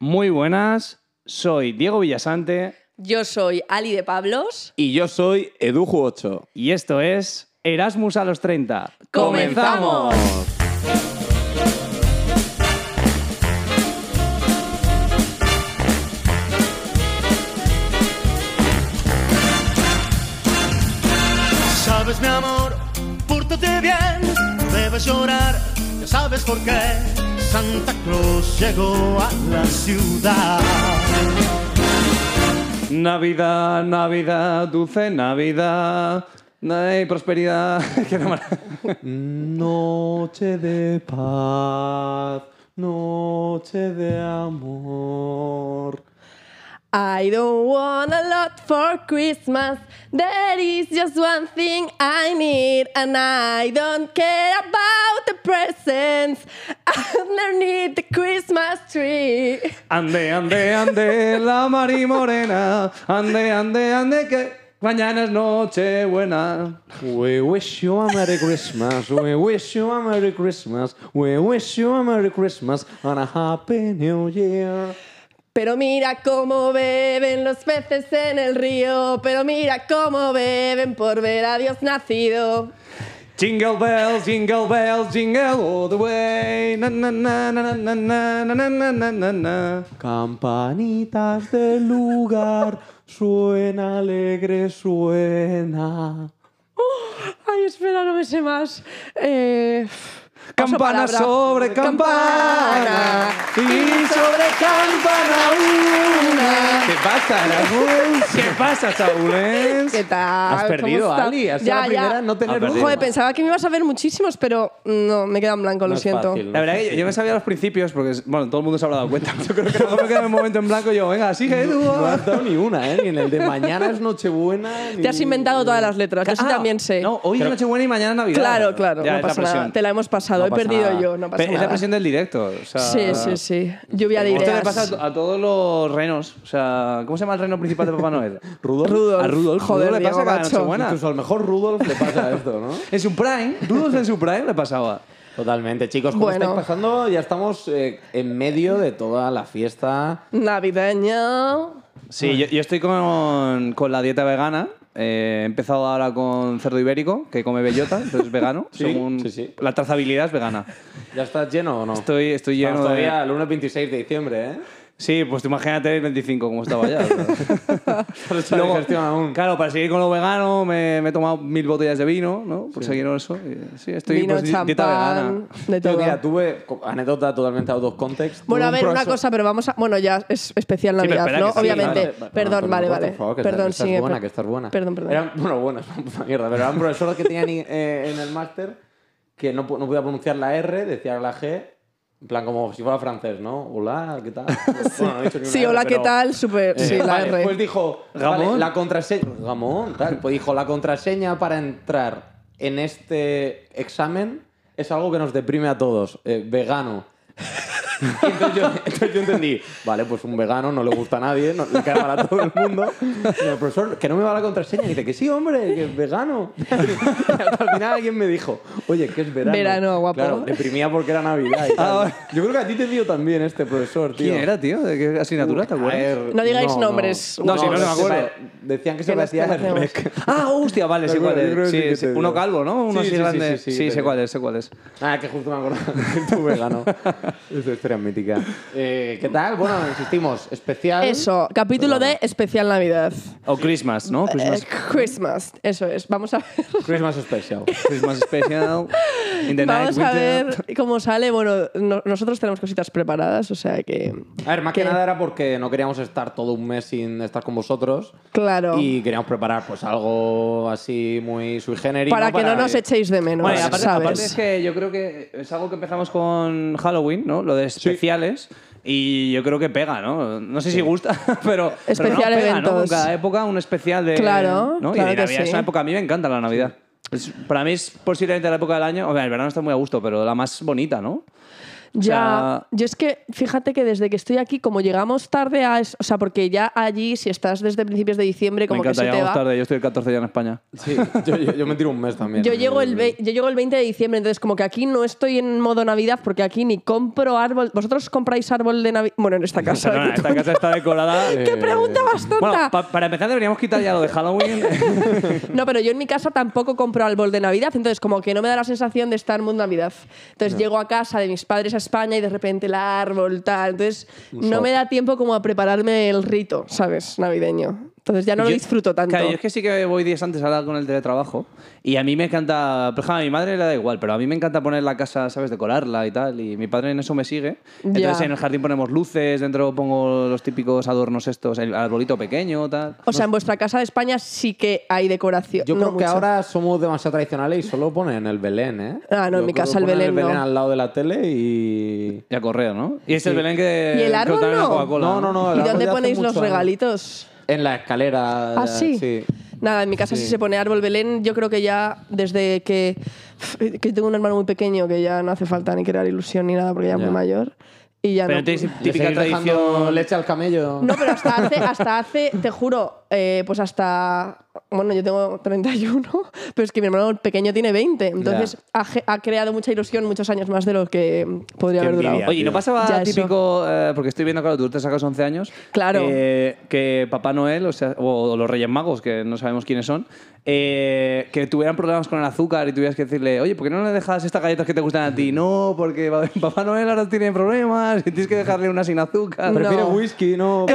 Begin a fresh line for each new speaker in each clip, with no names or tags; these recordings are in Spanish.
Muy buenas, soy Diego Villasante
Yo soy Ali de Pablos.
Y yo soy Eduju8.
y esto es Erasmus a los 30.
¡Comenzamos!
Sabes mi amor, pórtate bien, no debes llorar, ya sabes por qué. Santa Claus llegó a la ciudad.
Navidad, Navidad, dulce Navidad. Ay, prosperidad. Qué mal.
Noche de paz, noche de amor.
I don't want a lot for Christmas. There is just one thing I need, and I don't care about the presents underneath the Christmas tree.
Ande, ande, ande, la Mari Morena. Ande, ande, ande, que mañana es noche buena.
We wish you a Merry Christmas, we wish you a Merry Christmas, we wish you a Merry Christmas and a Happy New Year.
Pero mira cómo beben los peces en el río, pero mira cómo beben por ver a Dios nacido.
Jingle bells, jingle bells, jingle all the way. Na, na, na, na, na, na, na, na, na, na, na, na.
Campanitas del lugar, suena alegre, suena.
Ay, espera, no me sé más. Eh,
Campana
paso palabra.
sobre campana y sobre campana una. ¿Qué pasa, Raúl? ¿Qué pasa, Saúl? eh?
¿Qué tal?
Has perdido,
¿Cómo está?
Ali, has sido la primera en no tener
Ah,
uno.
Joder, pensaba que me ibas a ver muchísimos, pero no, me quedan blanco, lo
es
siento.
fácil.
La verdad que yo, yo me sabía los principios porque, bueno, todo el mundo se habrá dado cuenta. Yo creo que no me queda en un momento en blanco y yo, venga, sigue tú.
No has dado ni una, ¿eh? Ni en el de mañana es Nochebuena. ni-
Te has inventado todas las letras, yo sí
Ah,
también sé.
No, hoy es Nochebuena y mañana es Navidad.
claro, claro,
Ya,
no
es la
pasa nada.
presión.
Te la hemos pasado,
No
he
pasa
perdido
nada.
yo, no pasa
Pero Es la
nada.
presión del directo. o sea-
Sí, sí, sí. Lluvia de
Esto le
ideas.
pasa a to- a todos los renos. O sea, ¿cómo se llama el reno principal de Papá Noel?
Rudolf.
Rudolf.
A Rudolf.
Joder,
Rudolf le pasa
Diego,
cada
macho.
Nochebuena.
Incluso al mejor Rudolf le pasa esto, ¿no?
En su prime, Rudolf en su prime le pasaba.
Totalmente, chicos. Como
Bueno.
estáis pasando, ya estamos eh, en medio de toda la fiesta.
Navideño.
Sí, yo, yo estoy con, con la dieta vegana. Eh, he empezado ahora con cerdo ibérico, que come bellota, entonces es vegano.
Sí,
según
sí, sí.
La trazabilidad es vegana.
¿Ya estás lleno o no?
Estoy, estoy
Estamos
lleno de...
todavía el lunes 26 de diciembre, ¿eh?
Sí, pues tú imagínate el 25 como estaba ya.
Pero está
Luego,
digestión aún.
Claro, para seguir con lo vegano me, me he tomado mil botellas de vino, ¿no? Por seguir con eso. Y, Sí, estoy
Vino,
pues, di- dieta vegana.
champán, de
Yo,
todo.
mira, tuve co- anécdota totalmente out of context.
Bueno, a
Tuve
ver,
un
una
profesor-
cosa, pero vamos a... Bueno, ya es especial
pero
Navidad,
espera,
¿no?
que sí,
Obviamente.
vale, vale,
perdón,
perdón,
vale,
por
vale.
favor, que estás-
perdón,
que estás
sigue,
buena,
per-
que estás buena.
Perdón, perdón.
Era, bueno, buena, es una puta mierda, pero era un profesor que tenía ni- eh, en el máster que no, pu- no podía pronunciar la R, decía la G, en plan como si fuera francés, ¿no? Hola, ¿qué tal? Bueno, no he dicho ni una
Sí,
R,
hola, ¿qué
pero-
tal? Súper...
Eh,
sí, la
vale,
R.
Pues dijo,
Gamón.
vale, la contraseña. Gamón, tal. Pues dijo, la contraseña para entrar en este examen es algo que nos deprime a todos. eh, vegano. Y entonces, yo, entonces yo entendí, vale, pues un vegano no le gusta a nadie, no, le cae mal a todo el mundo. Y el profesor, que no me va la contraseña, y dice que sí, hombre, que es vegano. Y hasta al final alguien me dijo, oye, que es verano.
Verano, guapo.
Claro, deprimía porque era Navidad. y tal.
Ah, vale.
Yo creo que a ti te dio también este profesor, tío.
¿Quién era, tío? ¿De qué asignatura te acuerdas?
A ver,
No digáis nombres.
No, si no, no me acuerdo.
Decían que se
Que nos
parecía a
conocemos.
Rec.
Ah, hostia, vale,
¿Te
sé cuál
acuerdas? Yo creo
es.
que
Sí,
sí que
sí.
te
Uno
digo.
calvo, ¿no? Uno
Sí,
así
sí, sí,
grande.
sí, sí,
Sí,
te
sé
digo.
cuál es, sé cuál es.
Ah, que justo me acuerdo de tu vegano. Esta historia es mítica. Eh, ¿Qué tal? Bueno, insistimos, especial.
Eso, capítulo de especial Navidad.
O Christmas, ¿no? Christmas,
Eh, Christmas, eso es. Vamos a ver.
Christmas Special.
Christmas Special. In the
Vamos
night
a
winter.
ver cómo sale. Bueno, no- nosotros tenemos cositas preparadas, o sea que.
A ver, más
¿Qué?
que nada era porque no queríamos estar todo un mes sin estar con vosotros.
Claro.
Y queríamos preparar pues algo así muy sui generis.
para que no nos echéis de menos,
Bueno, y aparte,
¿sabes?
aparte es que yo creo que es algo que empezamos con Halloween, ¿no? Lo de especiales. Y yo creo que pega, ¿no? No sé si gusta, pero. pero no
Especial
pega, ¿no?
eventos.
Con cada época un especial de.
Claro,
¿no? Y
claro
de
que
Navidad
sí.
es una época. A mí me encanta la Navidad. Es- para mí es posiblemente la época del año. O sea, el verano está muy a gusto, pero la más bonita, ¿no? O sea,
Ya, yo es que fíjate que desde que estoy aquí, como llegamos tarde a... es- O sea, porque ya allí, si estás desde principios de diciembre,
me
como que
encanta,
se te
llegamos
va...
tarde. Yo estoy el 14 ya en España.
Sí, yo, yo- yo me tiro un mes también.
Yo llego, el ve- yo llego el 20 de diciembre, entonces como que aquí no estoy en modo Navidad porque aquí ni compro árbol. ¿Vosotros compráis árbol de Navidad? Bueno, en esta casa.
Perdona,
qué
esta
tonta.
casa está decorada. Eh,
¡Qué pregunta más tonta!
Bueno, pa- para empezar deberíamos quitar ya lo de Halloween.
No, pero yo en mi casa tampoco compro árbol de Navidad, entonces como que no me da la sensación de estar en mundo Navidad. Entonces llego a casa de mis padres a España y de repente el árbol, tal. Entonces no
shock.
me da tiempo como a prepararme el rito, ¿sabes? Navideño. Entonces ya no lo
Yo-
disfruto tanto.
Claro, yo es que sí que voy días antes ahora con el teletrabajo y a mí me encanta, por ejemplo, a mi madre le da igual, pero a mí me encanta poner la casa, ¿sabes? Decorarla y tal, y mi padre en eso me sigue. Entonces
Ya.
en el jardín ponemos luces, dentro pongo los típicos adornos estos, el arbolito pequeño, tal.
O sea, en vuestra casa de España sí que hay decoración.
Yo
no
creo que
mucha.
ahora somos demasiado tradicionales y solo ponen el Belén, ¿eh?
Ah, no, en
Yo
mi
creo
casa
que
el
ponen
Belén no.
al lado de la tele y...
Y a correr, ¿no? Y es el Belén que...
¿Y el
que
árbol
os dan en la
no?
Coca-Cola,
No, no, no.
¿Y
el árbol
dónde
ya hace
ponéis los
mucho-
regalitos?
En la escalera.
Ah, sí.
sí.
Nada, en mi casa sí.
Sí.
se pone árbol Belén. Yo creo que ya desde que, que tengo un hermano muy pequeño que ya no hace falta ni crear ilusión ni nada porque ya es
Ya.
muy mayor. Y ya
Pero
no.
tenéis
¿Le
típica
seguís dejando
tradición...
leche al camello.
No, pero hasta hace, hasta hace te juro, eh, pues hasta. Bueno, yo tengo 31, pero es que mi hermano pequeño tiene 20. Entonces
Ya.
ha, ge- ha creado mucha ilusión muchos años más de lo que podría
Qué
haber durado.
envidia.
Oye, ¿y ¿no pasaba
Ya, eso.
típico, eh, porque estoy viendo, claro, tú te sacas 11 años,
Claro.
eh, que Papá Noel, o, sea, o los Reyes Magos, que no sabemos quiénes son, eh, que tuvieran problemas con el azúcar y tuvieras que decirle, oye, ¿por qué no le dejas estas galletas que te gustan a ti? No, porque va- Papá Noel ahora tiene problemas y tienes que dejarle una sin azúcar.
Pero-
Prefiero
No.
whisky, no.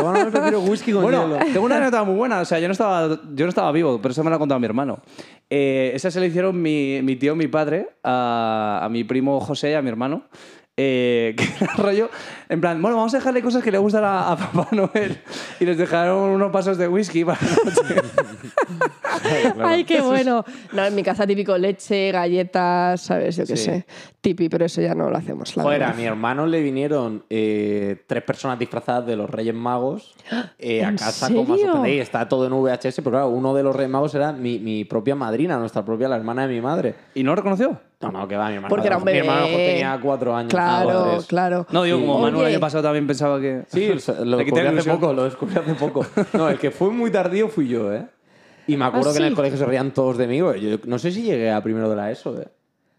Bueno, no, prefiero whisky con
Bueno,
hielo.
tengo una anécdota muy buena. O sea, yo no estaba, yo no estaba vivo, pero eso me lo ha contado mi hermano. Eh, esa se la hicieron mi, mi tío, mi padre, a, a mi primo José y a mi hermano. Eh, que era rollo, en plan, bueno, vamos a dejarle cosas que le gustan a, a Papá Noel. Y les dejaron unos vasos de whisky para la noche.
Ay, qué bueno. No, en mi casa típico leche, galletas, ¿sabes? Yo qué
Sí.
sé. Tipi, pero eso ya no lo hacemos. La
Joder,
verdad.
a mi hermano le vinieron eh, tres personas disfrazadas de los Reyes Magos eh, a
¿En
casa
serio?
con más y está todo en VHS, pero claro, uno de los Reyes Magos era mi, mi propia madrina, nuestra propia, la hermana de mi madre.
¿Y no lo reconoció?
No, no, que va, mi hermano.
Porque era un
Mi hermano a lo mejor
bebé.
tenía cuatro años.
Claro,
o tres.
claro.
No, digo, como
Oye.
Manuel el año pasado también pensaba que...
Sí, o sea, lo
Le quité
descubrí
la
hace
ilusión.
poco, lo descubrí hace poco. No, el que fue muy tardío fui yo, ¿eh? Y me acuerdo
¿Ah,
que en
sí?
el colegio se reían todos de mí. güey. Yo no sé si llegué a primero de la ESO, ¿eh?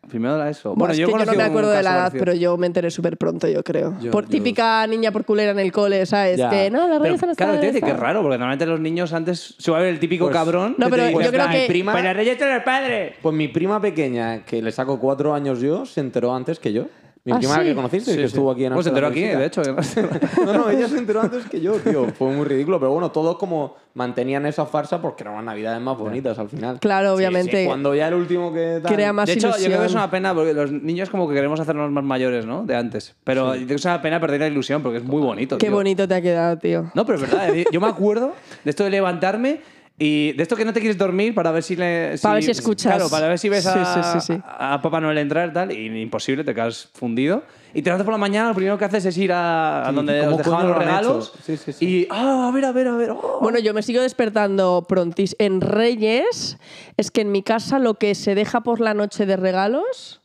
Primero era eso.
Bueno, es que yo no
conocí
me
un
acuerdo de la
caso
edad,
parecido.
pero yo me enteré súper pronto, yo creo.
Yo-
por
yo-
típica niña por culera en el cole, ¿sabes?
Ya.
Que no, las
Pero,
reyes han
claro,
estado
te dice
en
que es
esta".
raro, porque normalmente los niños antes suele haber el típico
Pues-
cabrón.
No,
que te
pero
dice,
yo creo
"Ah,
que-
mi prima.
Pues la
reyes son el padre.
Pues mi prima pequeña, que le saco cuatro años yo, se enteró antes que yo. Mi
¿Ah,
prima
sí?
que conociste, que estuvo aquí en
Pues se enteró
Ámsterdam
aquí,
Música.
de hecho. que no sé.
No, no, ella se enteró antes que yo, tío. Fue muy ridículo, pero bueno, todos como mantenían esa farsa porque eran las navidades más bonitas al final.
Claro, obviamente.
Cuando ya el último que tal-
Crea más-
De hecho, yo creo que es
ilusión.
una pena porque los niños como que queremos hacernos más mayores, ¿no? De antes. Pero yo creo que es una pena perder la ilusión porque es muy bonito.
Qué
tío.
bonito te ha quedado, tío.
No, pero es verdad. eh. Yo me acuerdo de esto de levantarme y de esto que no te quieres dormir para ver si le...
Para ver si escuchas.
Claro, para ver si ves a,
Sí, sí, sí, sí.
a Papá Noel entrar tal, y imposible, te quedas fundido. Y te levantas por la mañana, lo primero que haces es ir a, a
Sí,
donde
¿cómo
os dejaban
coño
los
lo han
regalos
hecho? Sí, sí, sí.
y... ¡Ah, a ver, a ver, a ver! oh".
Bueno, yo me sigo despertando prontis. En Reyes, es que en mi casa lo que se deja por la noche de regalos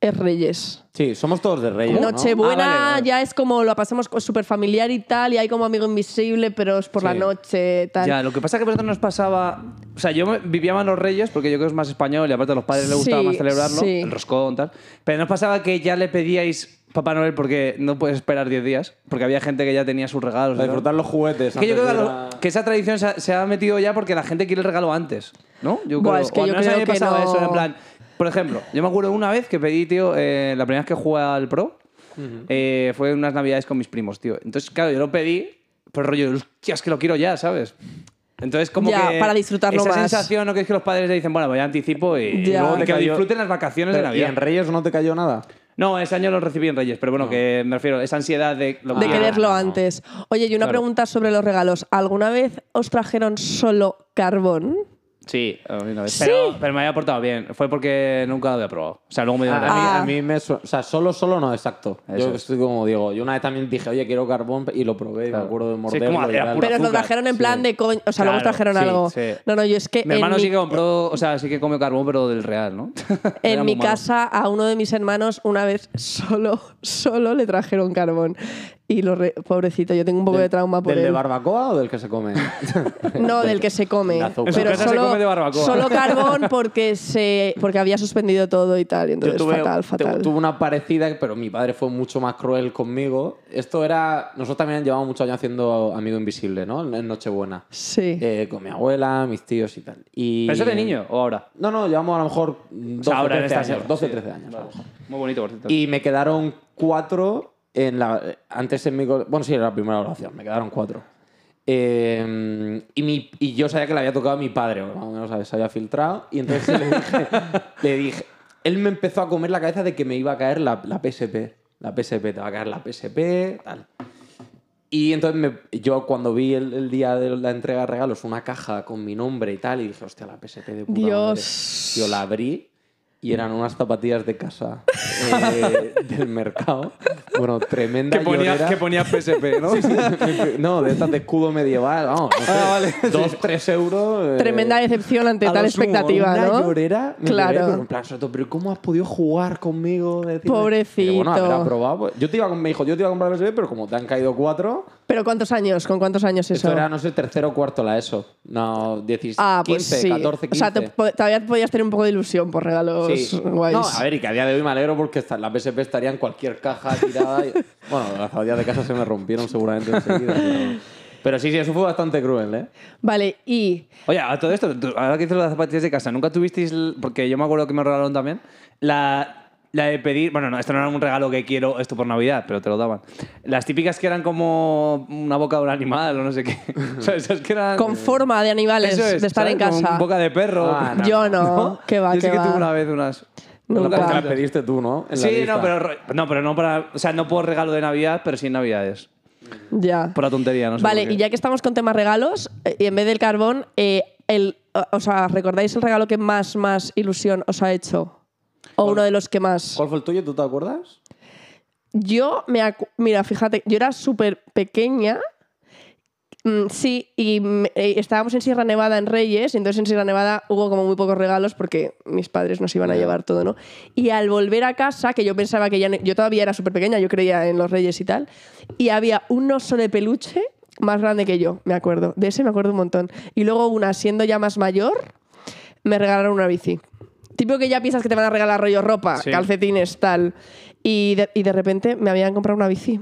es Reyes.
Sí, somos todos de reyes, ¿no?
Nochebuena
Ah, vale, vale.
ya es como lo pasamos súper familiar y tal, y hay como amigo invisible, pero es por la
Sí.
noche, tal.
Ya, lo que pasa es que a vosotros nos pasaba. O sea, yo me- vivía más los Reyes porque yo creo que es más español y aparte a los padres les gustaba
Sí,
más celebrarlo,
sí.
el roscón, tal. Pero nos pasaba que ya le pedíais Papá Noel porque no puedes esperar 10 días, porque había gente que ya tenía sus regalos.
Para
y tal.
disfrutar los juguetes.
Es que yo creo
antes
que,
de
a
ir
lo-
a-
que esa tradición se ha, se ha metido ya porque la gente quiere el regalo antes, ¿no? Yo
Buah,
creo,
es que
o al
yo
menos a mí
creo
me
que
pasaba
no.
eso, en plan. Por ejemplo, yo me acuerdo una vez que pedí, tío, eh, la primera vez que jugué al Pro, eh, fue en unas navidades con mis primos, tío. Entonces, claro, yo lo pedí, pero rollo, hostia, es que lo quiero ya, ¿sabes? Entonces, como
Ya,
que.
para disfrutarlo
esa
más.
sensación, ¿no? Que es que los padres le dicen, bueno, voy a anticipo y,
Ya.
luego
Y
que
que yo-
disfruten las vacaciones de
Pero, ¿Y
Navidad.
en Reyes no te cayó nada?
No, ese año lo recibí en Reyes, pero bueno, que me refiero, esa ansiedad de lo
De
que-
quererlo
no.
antes. Oye, y una
Claro.
pregunta sobre los regalos. ¿Alguna vez os trajeron solo carbón?
Sí, a mí una vez.
Sí.
Pero, pero me había portado bien. Fue porque nunca lo había probado. O sea, luego me dio
A,
una-
a
Ah.
mí, a mí me su- O sea, solo, solo no, exacto.
Eso
yo
es.
estoy como Diego. Yo una vez también dije, oye, quiero carbón y lo probé y
Claro.
me acuerdo de
Sí,
morderlo.
como
y
la
tal.
pura
Pero nos
azúcar,
trajeron en plan de coño. O sea, luego
Claro,
trajeron
sí,
algo.
sí.
No, no, yo es que.
Mi hermano
Ah, en
sí
mi-
que compró, o sea, sí que comió carbón, pero del real, ¿no?
En
Era muy
mi
malo.
casa a uno de mis hermanos una vez solo, solo le trajeron carbón. Y lo re- pobrecito, yo tengo un poco de trauma por
¿Del de
él.
barbacoa o del que se come?
No, del que se come.
De azúcar.
En su
Pero
casa se
solo,
come de barbacoa.
solo carbón porque se porque había suspendido todo y tal. Y entonces fatal,
tu-
fatal.
tuve una parecida, pero mi padre fue mucho más cruel conmigo. Esto era. Nosotros también llevamos muchos años haciendo Amigo Invisible, ¿no? En Nochebuena.
Sí.
Eh, con mi abuela, mis tíos y tal. Y...
¿Pero eso de niño o ahora?
No, no, llevamos a lo mejor 12,
sea, ahora en
13
esta
años.
época,
12,
sí.
13 años. a lo mejor.
Muy bonito, por cierto.
Y me quedaron cuatro en la. Antes en mi. co- Bueno, sí, era la primera oración, me quedaron cuatro. Eh, y, mi- y yo sabía que le había tocado a mi padre, o más o menos ¿sabes? se había filtrado. Y entonces le dije, le dije. Él me empezó a comer la cabeza de que me iba a caer la, la PSP. La PSP, te va a caer la PSP, tal. Y entonces me- yo cuando vi el, el día de la entrega de regalos una caja con mi nombre y tal, y dije, hostia, la PSP de puta
Dios.
madre". Yo la abrí y eran unas zapatillas de casa eh, del mercado. Bueno, tremenda llorera.
PSP, ¿no?
No, de estas de escudo medieval, vamos.
Ah,
no sé, Dos, tres euros. eh,
Tremenda decepción ante
a
tal
lo sumo.
expectativa,
Una
¿no?
llorera, me
Claro.
lloré, pero en plan, sobre todo, pero ¿cómo has podido jugar conmigo? Decirme-
Pobrecito.
Pero bueno, habrá probado. pues. Yo te iba, con- me dijo, yo te iba a comprar el PSP, pero como te han caído cuatro,
Pero ¿cuántos años? ¿Con cuántos años eso?
esto era, no sé, tercero o cuarto la ESO. No, 16,
ah, pues
15,
sí.
14, 15.
O sea, te po- todavía podías tener un poco de ilusión por regalos
Sí.
guays.
No, a ver, y que a día de hoy me alegro porque esta- la PSP estaría en cualquier caja tirada. y- bueno, las zapatillas de casa se me rompieron seguramente enseguida. Pero... pero sí, sí, eso fue bastante cruel, ¿eh?
Vale, y
Oye, a todo esto, tú- ahora que dices las zapatillas de casa, ¿nunca tuvisteis, l- porque yo me acuerdo que me regalaron también, la, la de pedir, bueno, no, esto no era un regalo que quiero, esto por Navidad, pero te lo daban. Las típicas que eran como una boca de un animal o no sé qué. o sea, esas que eran...
Eh,
con forma de animales
Eso es,
de estar en
¿sabes? Como
casa.
boca de perro.
Ah,
Yo no, qué va,
Yo
qué
sí que
va.
tuve una vez unas...
Nunca.
unas
Porque
Ah.
las
zapatillas.
pediste tú, ¿no? En la
Sí,
lista.
no pero, ro- no, pero no para... O sea, no por regalo de Navidad, pero sí en Navidades.
Ya.
Por la tontería, no sé
vale,
por qué.
y ya que estamos con temas regalos, eh, y en vez del carbón, eh, el, o- o sea, ¿recordáis el regalo que más, más ilusión os ha hecho? O uno de los que más.
¿Cuál fue el tuyo? ¿Tú te acuerdas?
Yo me acu- mira, fíjate, yo era súper pequeña. mm, sí, y mm, eh, estábamos en Sierra Nevada en Reyes, y entonces en Sierra Nevada hubo como muy pocos regalos porque mis padres nos iban a llevar todo, ¿no? Y al volver a casa, que yo pensaba que ya no- yo todavía era súper pequeña, yo creía en los Reyes y tal, y había un oso de peluche más grande que yo, me acuerdo. De ese me acuerdo un montón. Y luego una, siendo ya más mayor, me regalaron una bici. Típico que ya piensas que te van a regalar rollo ropa,
Sí.
calcetines, tal. Y de, y de repente me habían comprado una bici.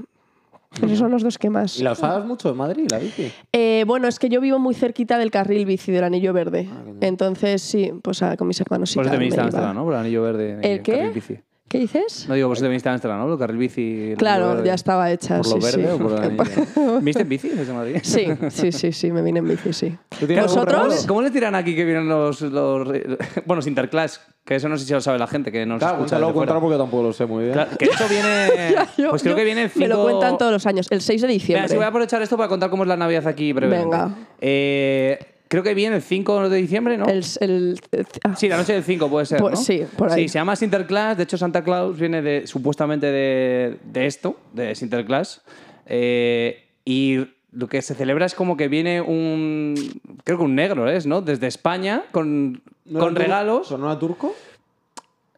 Esos son los dos que más.
¿Y la usabas mucho en Madrid, la bici?
Eh, bueno, es que yo vivo muy cerquita del carril bici del Anillo Verde. Entonces, sí, pues ah, con mis hermanos y
Por eso
tal,
te viniste a
me
Amsterdam,
iba.
¿no? Por el anillo verde. y
¿El qué?
carril bici.
¿Qué dices?
No digo, por eso te viniste a Amsterdam, ¿no? Por El carril bici. el anillo
claro,
verde.
ya estaba hecha.
¿Por lo
sí,
verde
sí.
o por la niña?
¿Viste en bici desde Madrid?
Sí, sí, sí, sí, me vine en bici, sí.
¿Tú tienes algún
¿Cómo le,
¿Vosotros?
cómo le tiran aquí que vienen los, los re- bueno, los interclass? Que eso no sé si lo sabe la gente, que no
Claro,
escucha
cuéntalo,
desde fuera.
cuéntalo porque tampoco lo sé muy bien.
Claro, que eso viene...
Yo-
pues creo
yo-
que viene cinco...
Me lo cuentan todos los años, el 6 de
Mira,
diciembre.
si voy a aprovechar esto para contar cómo es la Navidad aquí brevemente.
Venga.
Eh, creo que viene el 5 de diciembre, ¿no?
El- el- el- ah.
Sí, la noche del 5 puede ser,
Pues
¿no?
sí, por ahí.
Sí, se llama Sinterklaas. De hecho, Santa Claus viene de, supuestamente de, de esto, de Sinterklaas. Eh, y lo que se celebra es como que viene un... Creo que un negro es, ¿no? Desde España con,
¿No era
con
tur-
regalos.
¿No era turco?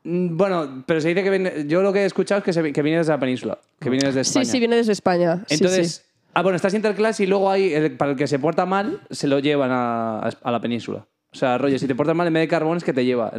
Mm, Bueno, pero se dice que viene... Yo lo que he escuchado es que, se vi- que viene desde la península, que viene desde España.
Sí, sí, viene desde España. Sí,
Entonces...
sí.
Ah, bueno, está Sinterklaas y luego hay... el- para el que se porta mal, se lo llevan a, a la península. O sea, rollo, si te portas mal en vez de carbón es que te lleva.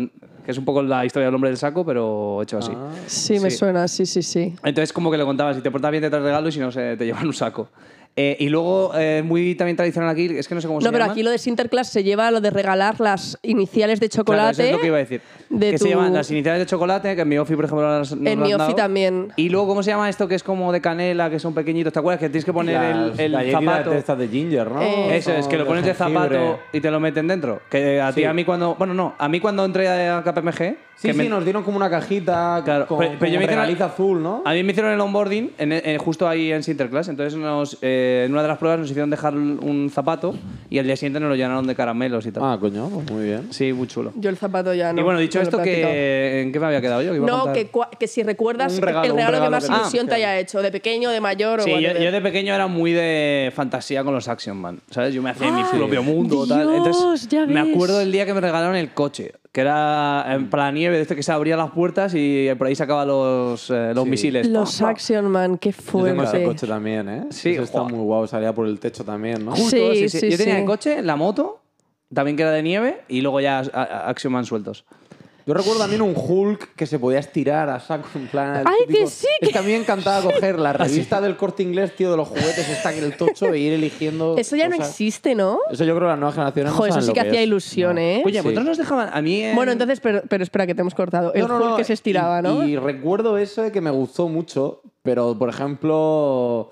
Que es un poco la historia del hombre del saco, pero hecho así.
Sí, me
Sí.
suena, sí, sí, sí.
Entonces, como que lo contabas, si te portas bien te traes regalo y si no, se te llevan un saco. Eh, y luego, eh, muy también tradicional aquí, es que no sé cómo se
No, pero
llama.
aquí lo de Sinterklaas se lleva a lo de regalar las iniciales de
Claro,
chocolate.
eso es lo que iba a decir.
de
que
tu-
se llaman las iniciales de chocolate, que en mi ofi, por ejemplo, las, nos
En
lo
mi
han
ofi
dado.
también.
Y luego, ¿cómo se llama esto que es como de canela, que son pequeñitos? ¿Te acuerdas que tienes que poner
Las
el, el
galletitas
zapato?
de estas de ginger, ¿no?
Eh,
Eso es, que lo
De
pones de zapato
jengibre.
y te lo meten dentro. Que a ti,
Sí.
a mí cuando. Bueno, no, a mí cuando entré a KPMG.
Sí,
que
sí,
me-
nos dieron como una cajita
Claro,
con,
pero- pero yo
con
me hice una-
regaliz azul, ¿no?
A mí me hicieron el onboarding en- en- justo ahí en Sinterklaas, entonces nos eh, eh, en una de las pruebas nos hicieron dejar un zapato y al día siguiente nos lo llenaron de caramelos y tal.
Ah, coño, pues muy bien.
Sí, muy chulo.
Yo el zapato ya no.
y bueno, dicho
no lo he
esto,
practicado.
que, ¿en qué me había quedado yo? iba a
No,
contar?
que, cua- que si recuerdas
Un regalo,
el
un
regalo que
regalo
más
que te-
ilusión te haya hecho, de pequeño, de mayor o
Sí, yo,
whatever.
yo de pequeño era muy de fantasía con los Action Man, ¿sabes? Yo me hacía mi
Ah,
propio mundo,
Dios,
tal. Entonces,
ya
me
ves.
acuerdo del día que me regalaron el coche, que era en plan nieve, de este que se abría las puertas y por ahí sacaba los, eh, los misiles.
Los
Pa, pa.
Action Man, qué
Yo tengo ese
fuerte.
coche también, ¿eh?
Sí,
Eso está
joder.
muy guau, salía por el techo también, ¿no?
Justo,
Sí,
sí, sí.
sí,
Yo tenía
sí.
el coche, la moto, también que era de nieve, y luego ya a- a- Action Man sueltos.
Yo recuerdo también un Hulk que se podía estirar a saco en plan... el
Ay, que
típico-
sí, Ah,
Es que a mí me encantaba coger la revista del corte inglés, tío, de los juguetes, está en el tocho e ir eligiendo...
Eso ya no
cosas.
existe, ¿no?
Eso yo creo que las nuevas generaciones no
Joder, eso
saben
sí
lo
que hacía
es.
ilusión,
No.
¿eh?
Oye,
Sí.
vosotros nos dejaban. A mí. en-
Bueno, entonces, pero, pero espera, que te hemos cortado. El
No, no, no,
Hulk que se estiraba,
y-
¿no?
Y recuerdo eso de que me gustó mucho, pero por ejemplo,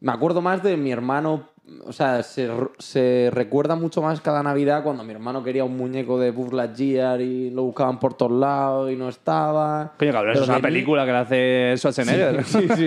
me acuerdo más de mi hermano. O sea, se, r- se recuerda mucho más cada Navidad cuando mi hermano quería un muñeco de Buzz Lightyear y lo buscaban por todos lados y no estaba.
Coño, cabrón, eso
Pero
es una
de mí-
película que la hace Schwarzenegger.
Sí, sí.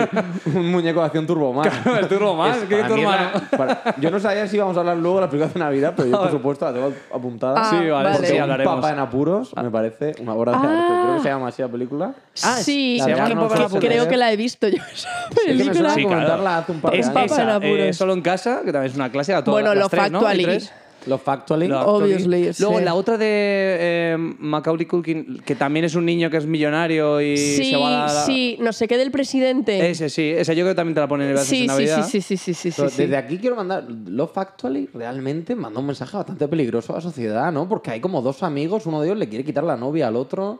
un muñeco de acción Turboman.
El turbo más, que
Para
tu
mí era-
hermano.
para- yo no sabía si íbamos a hablar luego de la película de Navidad, pero yo, por supuesto, la tengo apuntada.
Ah,
sí, vale,
vale.
sí,
un
hablaremos.
Papá en apuros, me parece, una obra de arte. Creo que se llama así la película.
Ah,
sí,
se llama
que-
Arnold
que
Schwarzenegger.
creo que la he visto yo esa
me
película.
suena ¿eh? Sí, comentarla hace un par de
es
años.
esa,
Papa en
eh,
apuros.
solo en casa, que también es una clase a todas
Bueno,
las
lo
tres, ¿no?
Factually.
Y tres.
Los Factually.
Lo
Obviously,
Factually. Luego
sí.
la otra de eh, Macaulay Culkin, que también es un niño que es millonario y
Sí,
se va a la...
sí, no sé qué del presidente.
Ese sí, ese yo creo que también te la ponen en el
sí,
en
sí,
Navidad.
sí, sí, sí, sí, sí, sí,
Pero
sí.
Desde aquí quiero mandar. Love Actually realmente manda un mensaje bastante peligroso a la sociedad, ¿no? Porque hay como dos amigos, uno de ellos le quiere quitar la novia al otro.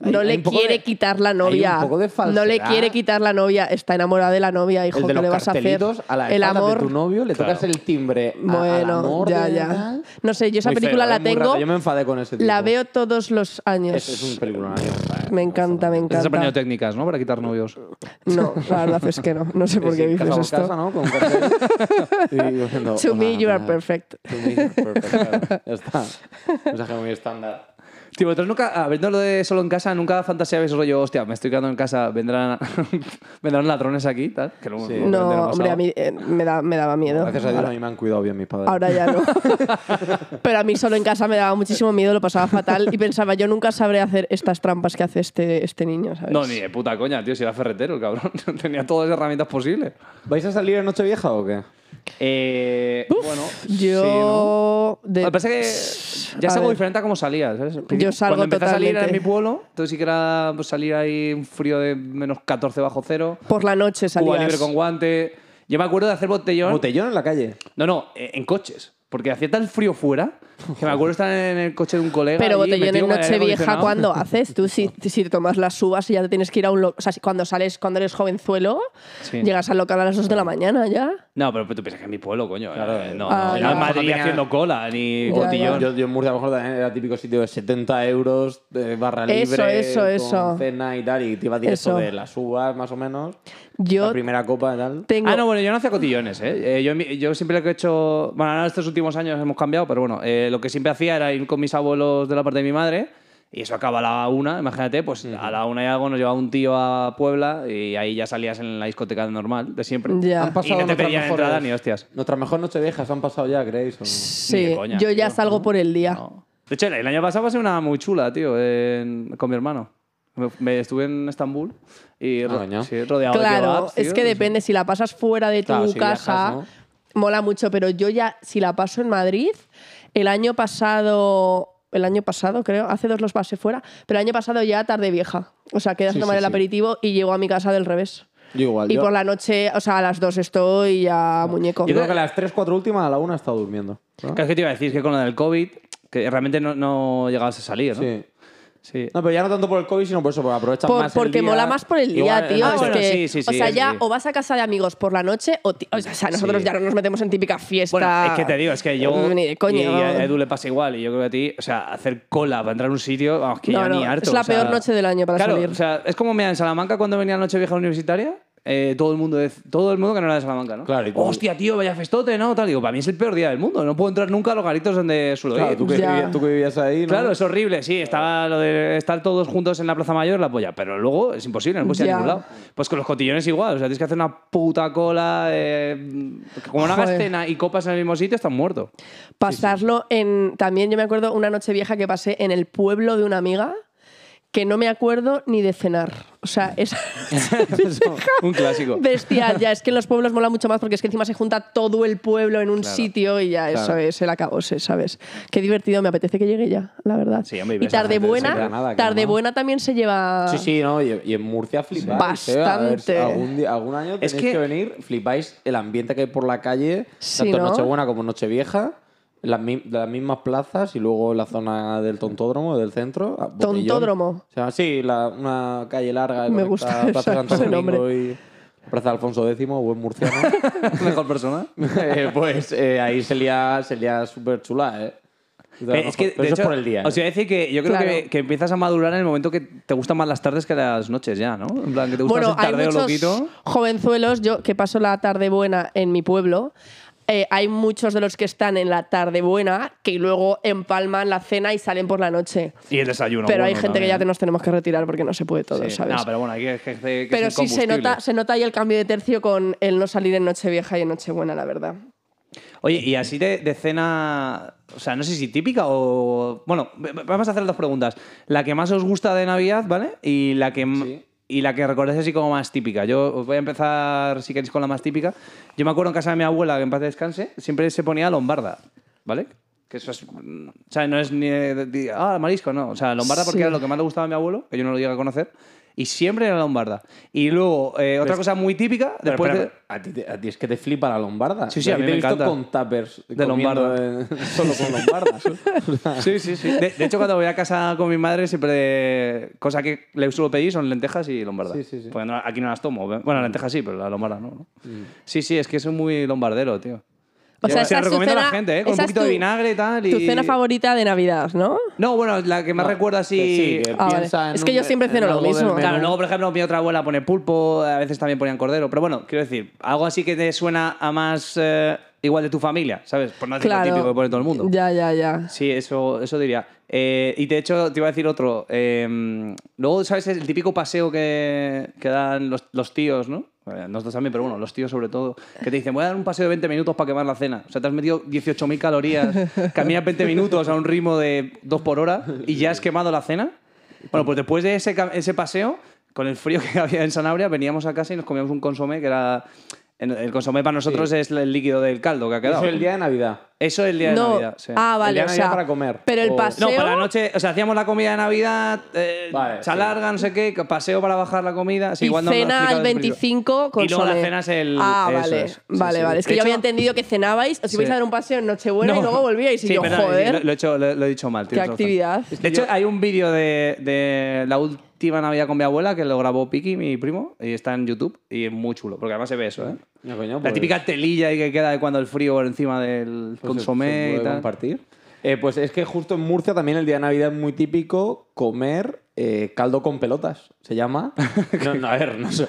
Hay-
No
hay
le
un poco
quiere
de-
quitar la novia.
Hay un poco de falsedad.
no le quiere quitar la novia. Está enamorada de la novia, hijo.
el
¿qué
de los
le vas a hacer?
cartelitos a, la
el
espalda
amor.
de tu novio, le
Claro.
tocas el timbre. a- al
Bueno,
amor
ya,
de
ya.
tal.
No sé, yo esa
Muy feo,
película
¿eh?
la
Muy raro,
tengo.
Yo me enfadé con ese tipo.
La veo todos los años.
Ese es un ¿eh? película.
Me encanta, me
Estás aprendiendo
encanta.
técnicas, ¿no? Para quitar novios.
No, la verdad es que no. No sé por qué dices
casa,
esto.
Casa, ¿no? Con un cartel. Y diciendo,
To me,
"Hola,
you are
hola".
perfect.
To me, you are perfect. claro. Ya está. Un mensaje muy estándar.
Tío, vosotros nunca, habiendo lo de solo en casa, nunca fantaseabais rollo, hostia, me estoy quedando en casa, vendrán, vendrán ladrones aquí, tal. Que luego-
Sí.
luego
No,
tendrá
hombre,
pasado.
a mí eh, me, da, me daba miedo.
Gracias a Dios a mí me han cuidado bien mis padres.
Ahora ya no. Pero a mí solo en casa me daba muchísimo miedo, lo pasaba fatal y pensaba, yo nunca sabré hacer estas trampas que hace este, este niño, ¿sabes?
No, ni de puta coña, tío, si era ferretero, el cabrón. Tenía todas las herramientas posibles.
¿Vais a salir en Nochevieja o qué?
Eh, bueno,
Yo...
sí,
de-
¿no? Lo que pasa es que ya
A
es algo
ver.
diferente a cómo salía, ¿sabes?
Yo salgo
Cuando empecé a salir era en mi
totalmente.
pueblo, entonces sí que era pues, salir ahí un frío de menos 14 bajo cero,
Por la noche salías.
Cuba libre con guante. Yo me acuerdo de hacer botellón.
¿Botellón en la calle?
No, no, eh, en coches. Porque hacía tan frío fuera que me acuerdo estar en el coche de un colega.
Pero
allí,
botellón
metido
en
con el aire
Nochevieja,
acondicionado.
¿cuándo haces? Tú, si, si te tomas las uvas y ya te tienes que ir a un... lo- O sea, si- cuando sales, cuando eres jovenzuelo,
Sí.
llegas al local a las 2 de la mañana ya.
No, pero tú piensas que es mi pueblo, coño. eh, no,
Ah,
no,
ya.
no en Madrid
Tenía-
haciendo cola ni
Ya,
botellón.
Yo, yo en Murcia a lo mejor también era típico sitio de 70 euros, de barra libre,
Eso, eso,
con
eso.
cena y tal, y te iba directo
Eso.
de las uvas más o menos, la
Yo
primera copa y tal.
tengo...
Ah, no, bueno, yo no hacía cotillones, ¿eh? Eh, yo, en mi- yo siempre lo que he hecho... Bueno, ahora estos últimos años hemos cambiado, pero bueno, eh, lo que siempre hacía era ir con mis abuelos de la parte de mi madre y eso acaba a la una, imagínate, pues a la una y algo nos llevaba un tío a Puebla y ahí ya salías en la discoteca normal de siempre.
Ya.
Han pasado y no te
nuestras
pedían
mejores-
entrada ni hostias.
Nuestras mejores Nocheviejas han pasado ya, ¿creéis? o no?
Ni
sí,
de coña,
yo ya
tío.
salgo por el día.
No. De hecho, el- el año pasado pasé una muy chula, tío, en- con mi hermano. Me, me estuve en Estambul y ro-
Ah, coño.
sí, rodeado de
Claro,
kebabs, tío,
es que
no sé.
depende. Si la pasas fuera de tu
Claro, si viajas,
casa,
¿no?
mola mucho. Pero yo ya, si la paso en Madrid, el año pasado, el año pasado creo, hace dos los pasé fuera, pero el año pasado ya tarde vieja. O sea, quedas
Sí,
a tomar
sí,
el
sí.
aperitivo y llego a mi casa del revés.
Yo igual,
Y
yo,
por la noche, o sea, a las dos estoy ya muñeco.
yo creo que las 3, 4 últimas a la 1 he estado durmiendo. ¿no?
Claro, es que te iba a decir que con lo del COVID, que realmente no, no llegabas a salir, ¿no?
Sí.
Sí.
No, pero ya no tanto por el COVID, sino por eso, porque aprovechas
Por-
más el
porque
día.
mola más por el día,
Igual-
tío.
Ah,
es
bueno,
que-
sí, sí,
o
sí,
sea,
sí.
ya o vas a casa de amigos por la noche o, ti- o sea, nosotros
Sí.
ya no nos metemos en típica fiesta.
Bueno, es que te digo, es que yo.
Ni de coña.
Y a Edu le pasa igual, y yo creo que a ti, o sea, hacer cola para entrar a un sitio, vamos, que
No,
ya
no,
ni harto.
es la
o sea.
peor noche del año para
Claro,
salir.
O sea, es como mira, en Salamanca cuando venía la noche vieja universitaria. eh, todo, el mundo de, todo el mundo que no era de Salamanca, ¿no?
Claro, y tú-
Hostia, tío, vaya festote, ¿no? Tal, digo, para mí es el peor día del mundo. No puedo entrar nunca a los garitos donde suelo
Claro,
ir.
tú que,
Ya.
vivías, tú que vivías ahí, ¿no?
Claro, es horrible, sí. Estaba lo de estar todos juntos en la Plaza Mayor, la polla. Pero luego es imposible, no puedes ir
Ya.
a ningún lado. Pues con los cotillones igual. O sea, tienes que hacer una puta cola. eh, que como no hagas
Joder.
cena y copas en el mismo sitio, estás muerto.
Pasarlo en. También yo me acuerdo una noche vieja que pasé en el pueblo de una amiga que no me acuerdo ni de cenar. O sea, es.
Es un clásico.
Bestial, ya es que en los pueblos mola mucho más porque es que encima se junta todo el pueblo en un sitio y ya eso
claro.
es el acabose, ¿sabes? Qué divertido, me apetece que llegue ya, la verdad.
Sí, hombre, y
y
ves a
tarde
gente de
buena,
Granada, que
tarde
no.
buena también se lleva.
Sí, sí, no, y, y en Murcia flipáis. ¿eh? A ver,
Bastante.
algún, día- algún año
Es
tenéis
que-
que... venir, flipáis el ambiente que hay por la calle,
Sí,
tanto
¿no?
en Nochebuena como en Nochevieja, las, mi- las mismas plazas y luego la zona del Tontódromo, del centro. a Botellón.
Tontódromo.
Se llama así, la- una calle larga. que
Me
conecta
gusta
Plaza
esa-
Santo
ese
Domingo
nombre.
y Plaza Alfonso X, buen murciano.
Mejor persona.
Eh, pues eh, ahí sería, sería súper chula, ¿eh?
Eh, es que,
Pero
de
eso
hecho,
es por el día.
Os
¿eh?
iba a decir que yo creo
Claro.
que, que empiezas a madurar en el momento que te gustan más las tardes que las noches ya, ¿no? En plan, que te gusta
Bueno,
más el
hay
tardeo
muchos
loquito.
jovenzuelos, yo que paso la tarde buena en mi pueblo. eh, hay muchos de los que están en la tarde buena que luego empalman la cena y salen por la noche.
Y el desayuno.
Pero hay
bueno,
gente que ya
también.
nos tenemos que retirar porque no se puede todo,
Sí.
¿sabes?
No, pero bueno, hay que- que- que es
Pero
un
sí se
combustible.
nota, se nota ahí el cambio de tercio con el no salir en Nochevieja y en Nochebuena, la verdad.
Oye, y así de, de cena, o sea, no sé si típica o... Bueno, v- v- vamos a hacer dos preguntas. La que más os gusta de Navidad, ¿vale? Y la que... m-
Sí.
Y la que recordéis así como más típica. Yo os voy a empezar, si queréis, con la más típica. Yo me acuerdo en casa de mi abuela, que en paz descanse, siempre se ponía lombarda, ¿vale? Que eso es... mm, O sea, no es ni... de- de- Ah, marisco, no. O sea, lombarda porque
Sí.
era lo que más le gustaba a mi abuelo, que yo no lo llegué a conocer. Y siempre era lombarda. Y luego, eh, otra cosa muy típica,
Pues Pero,
después
pero,
de...
a, ti, te- a ti es que te flipa la lombarda.
Sí, sí,
Yo
a
aquí
mí me
te he visto
encanta.
con tappers
De
comiendo,
lombarda.
eh, solo con lombarda.
Sí, sí, sí. De, de hecho, cuando voy a casa con mi madre, siempre. Cosa que le suelo pedir son lentejas y lombarda.
Sí, sí, Mm. sí.
Porque no- aquí no las tomo. Bueno, lentejas sí, pero la lombarda no. ¿no? Sí, sí, es que soy muy lombardero, tío.
O
Yo
sea,
se
esa
lo
es tu
recomiendo a la
cena-
gente, ¿eh? Con un
esa es
poquito de
tu-
vinagre y tal. Y...
Tu cena favorita de Navidad, ¿no?
No, bueno, la que más recuerdo así.
Ah, Que sí, que
Ah, vale.
piensa en
Es que
un-
yo siempre
en
ceno lo
algo del
mismo.
menú.
Claro, luego, por ejemplo, mi otra abuela pone pulpo, a veces también ponían cordero. Pero bueno, quiero decir, algo así que te suena a más. eh, igual de tu familia, ¿sabes? Por no decir lo
Claro.
típico que pone todo el mundo.
Ya, ya, ya.
Sí, eso, eso diría. Eh, y de hecho, te iba a decir otro. Eh, luego, ¿sabes? El típico paseo que, que dan los, los tíos, ¿no? Eh, Nosotros también, pero bueno, los tíos sobre todo, que te dicen, voy a dar un paseo de 20 minutos para quemar la cena. O sea, te has metido 18.000 calorías, caminas 20 minutos a un ritmo de 2 por hora y ya has quemado la cena. Bueno, pues después de ese, ca- ese paseo, con el frío que había en Sanabria, veníamos a casa y nos comíamos un consomé que era... en- El consomé para nosotros es el líquido del caldo que ha quedado.
Eso el día de Navidad.
Eso el día de
No.
Navidad, sí.
Ah,
El día
vale.
de
o
Navidad
sea,
para comer.
Pero el
O-
paseo.
No, para la noche, o sea, hacíamos la comida de Navidad, eh,
Vale,
chalarga, no sé qué, paseo para bajar la comida. Sí,
y
igual no lo he
cena
explicado
al
desde el
25 con
Y luego la
Soler.
cena es el-
Ah,
eso
vale.
es. Sí,
vale,
sí.
vale. Es que
De
yo
hecho-
había entendido que cenabais, os
Sí.
ibais a dar un paseo en Nochebuena
principio.
y luego volvíais. Y
Sí,
yo,
perdón,
joder.
Lo, lo he hecho- lo- lo he dicho mal. tienes razón.
actividad.
De hecho, hay un vídeo de, de la última Navidad con mi abuela que lo grabó Piki, mi primo, y está en YouTube y es muy chulo, porque además se ve eso, ¿eh?
No, coño,
La
pues-
típica telilla ahí que queda de cuando el frío por encima del
pues se- se
consomé y
puede
tal.
compartir. Eh, pues es que justo en Murcia también el día de Navidad es muy típico comer eh, caldo con pelotas. Se llama. No, no, a ver, no, sé.